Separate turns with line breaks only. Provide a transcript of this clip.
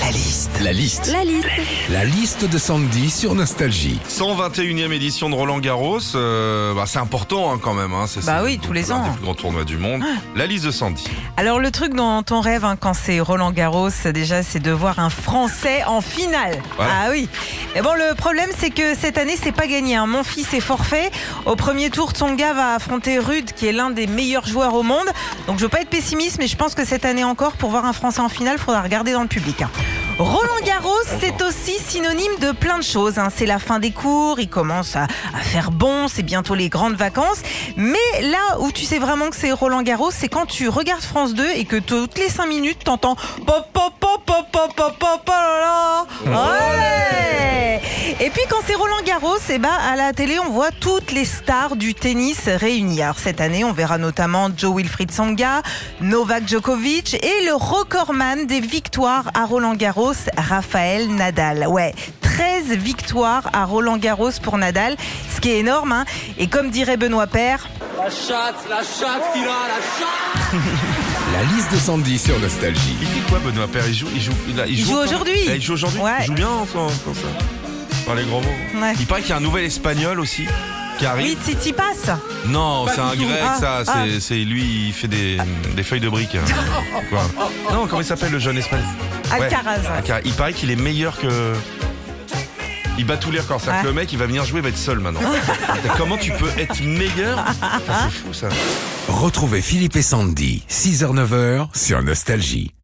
La liste. La liste.
La liste.
La liste de Sandy sur Nostalgie.
121e édition de Roland Garros, euh, bah, c'est important hein, quand même. Hein, c'est,
Bah
c'est
oui, tous les
l'un
ans. Ah.
des plus grands tournois du monde. La liste de Sandy.
Alors le truc dont on rêve hein, quand c'est Roland Garros, déjà, c'est de voir un Français en finale. Ah oui. Et bon, le problème, c'est que cette année, c'est pas gagné. hein. Mon fils est forfait. Au premier tour, Tsonga va affronter Rude, qui est l'un des meilleurs joueurs au monde. Donc je veux pas être pessimiste, mais je pense que cette année encore, pour voir un Français en finale, faudra regarder dans le public. hein. Roland Garros, c'est aussi synonyme de plein de choses. hein. C'est la fin des cours, il commence à, à faire bon, c'est bientôt les grandes vacances. Mais là où tu sais vraiment que c'est Roland Garros, c'est quand tu regardes France 2 et que toutes les 5 minutes, t'entends pop pop pop pop pop pop pop oh là là. Ouais Et puis quand c'est Roland Garros, eh ben, à la télé, on voit toutes les stars du tennis réunies. Alors cette année, on verra notamment Joe Wilfried Tsonga, Novak Djokovic et le recordman des victoires à Roland Garros, Raphaël Nadal. Ouais, 13 victoires à Roland Garros pour Nadal, ce qui est énorme. hein. Et comme dirait Benoît Père,
La chatte, la chatte qu'il a, la chatte
La liste de Sandy sur Nostalgie.
Il fait quoi Benoît Père Il joue, il joue, il a- il
Il joue
encore
aujourd'hui.
Ah, Il joue aujourd'hui.
Ouais.
Il joue bien en soi, comme ça. Dans les grands mots.
Ouais.
Il paraît qu'il y a un nouvel espagnol aussi qui
oui,
arrive.
Titi passe.
non, c'est un
du tout.
grec
Ah,
ça. C'est,
ah.
c'est lui, il fait des, des feuilles de briques. hein. Quoi. Non, comment il s'appelle le jeune espagnol Ouais.
Alcaraz.
Alcaraz. Il paraît qu'il est meilleur que. Il bat tous les records. C'est-à-dire
Ouais.
que le mec, il va venir jouer, il va être seul maintenant. Comment tu peux être meilleur Putain, C'est fou ça.
Retrouvez Philippe et Sandy, 6h-9h sur Nostalgie.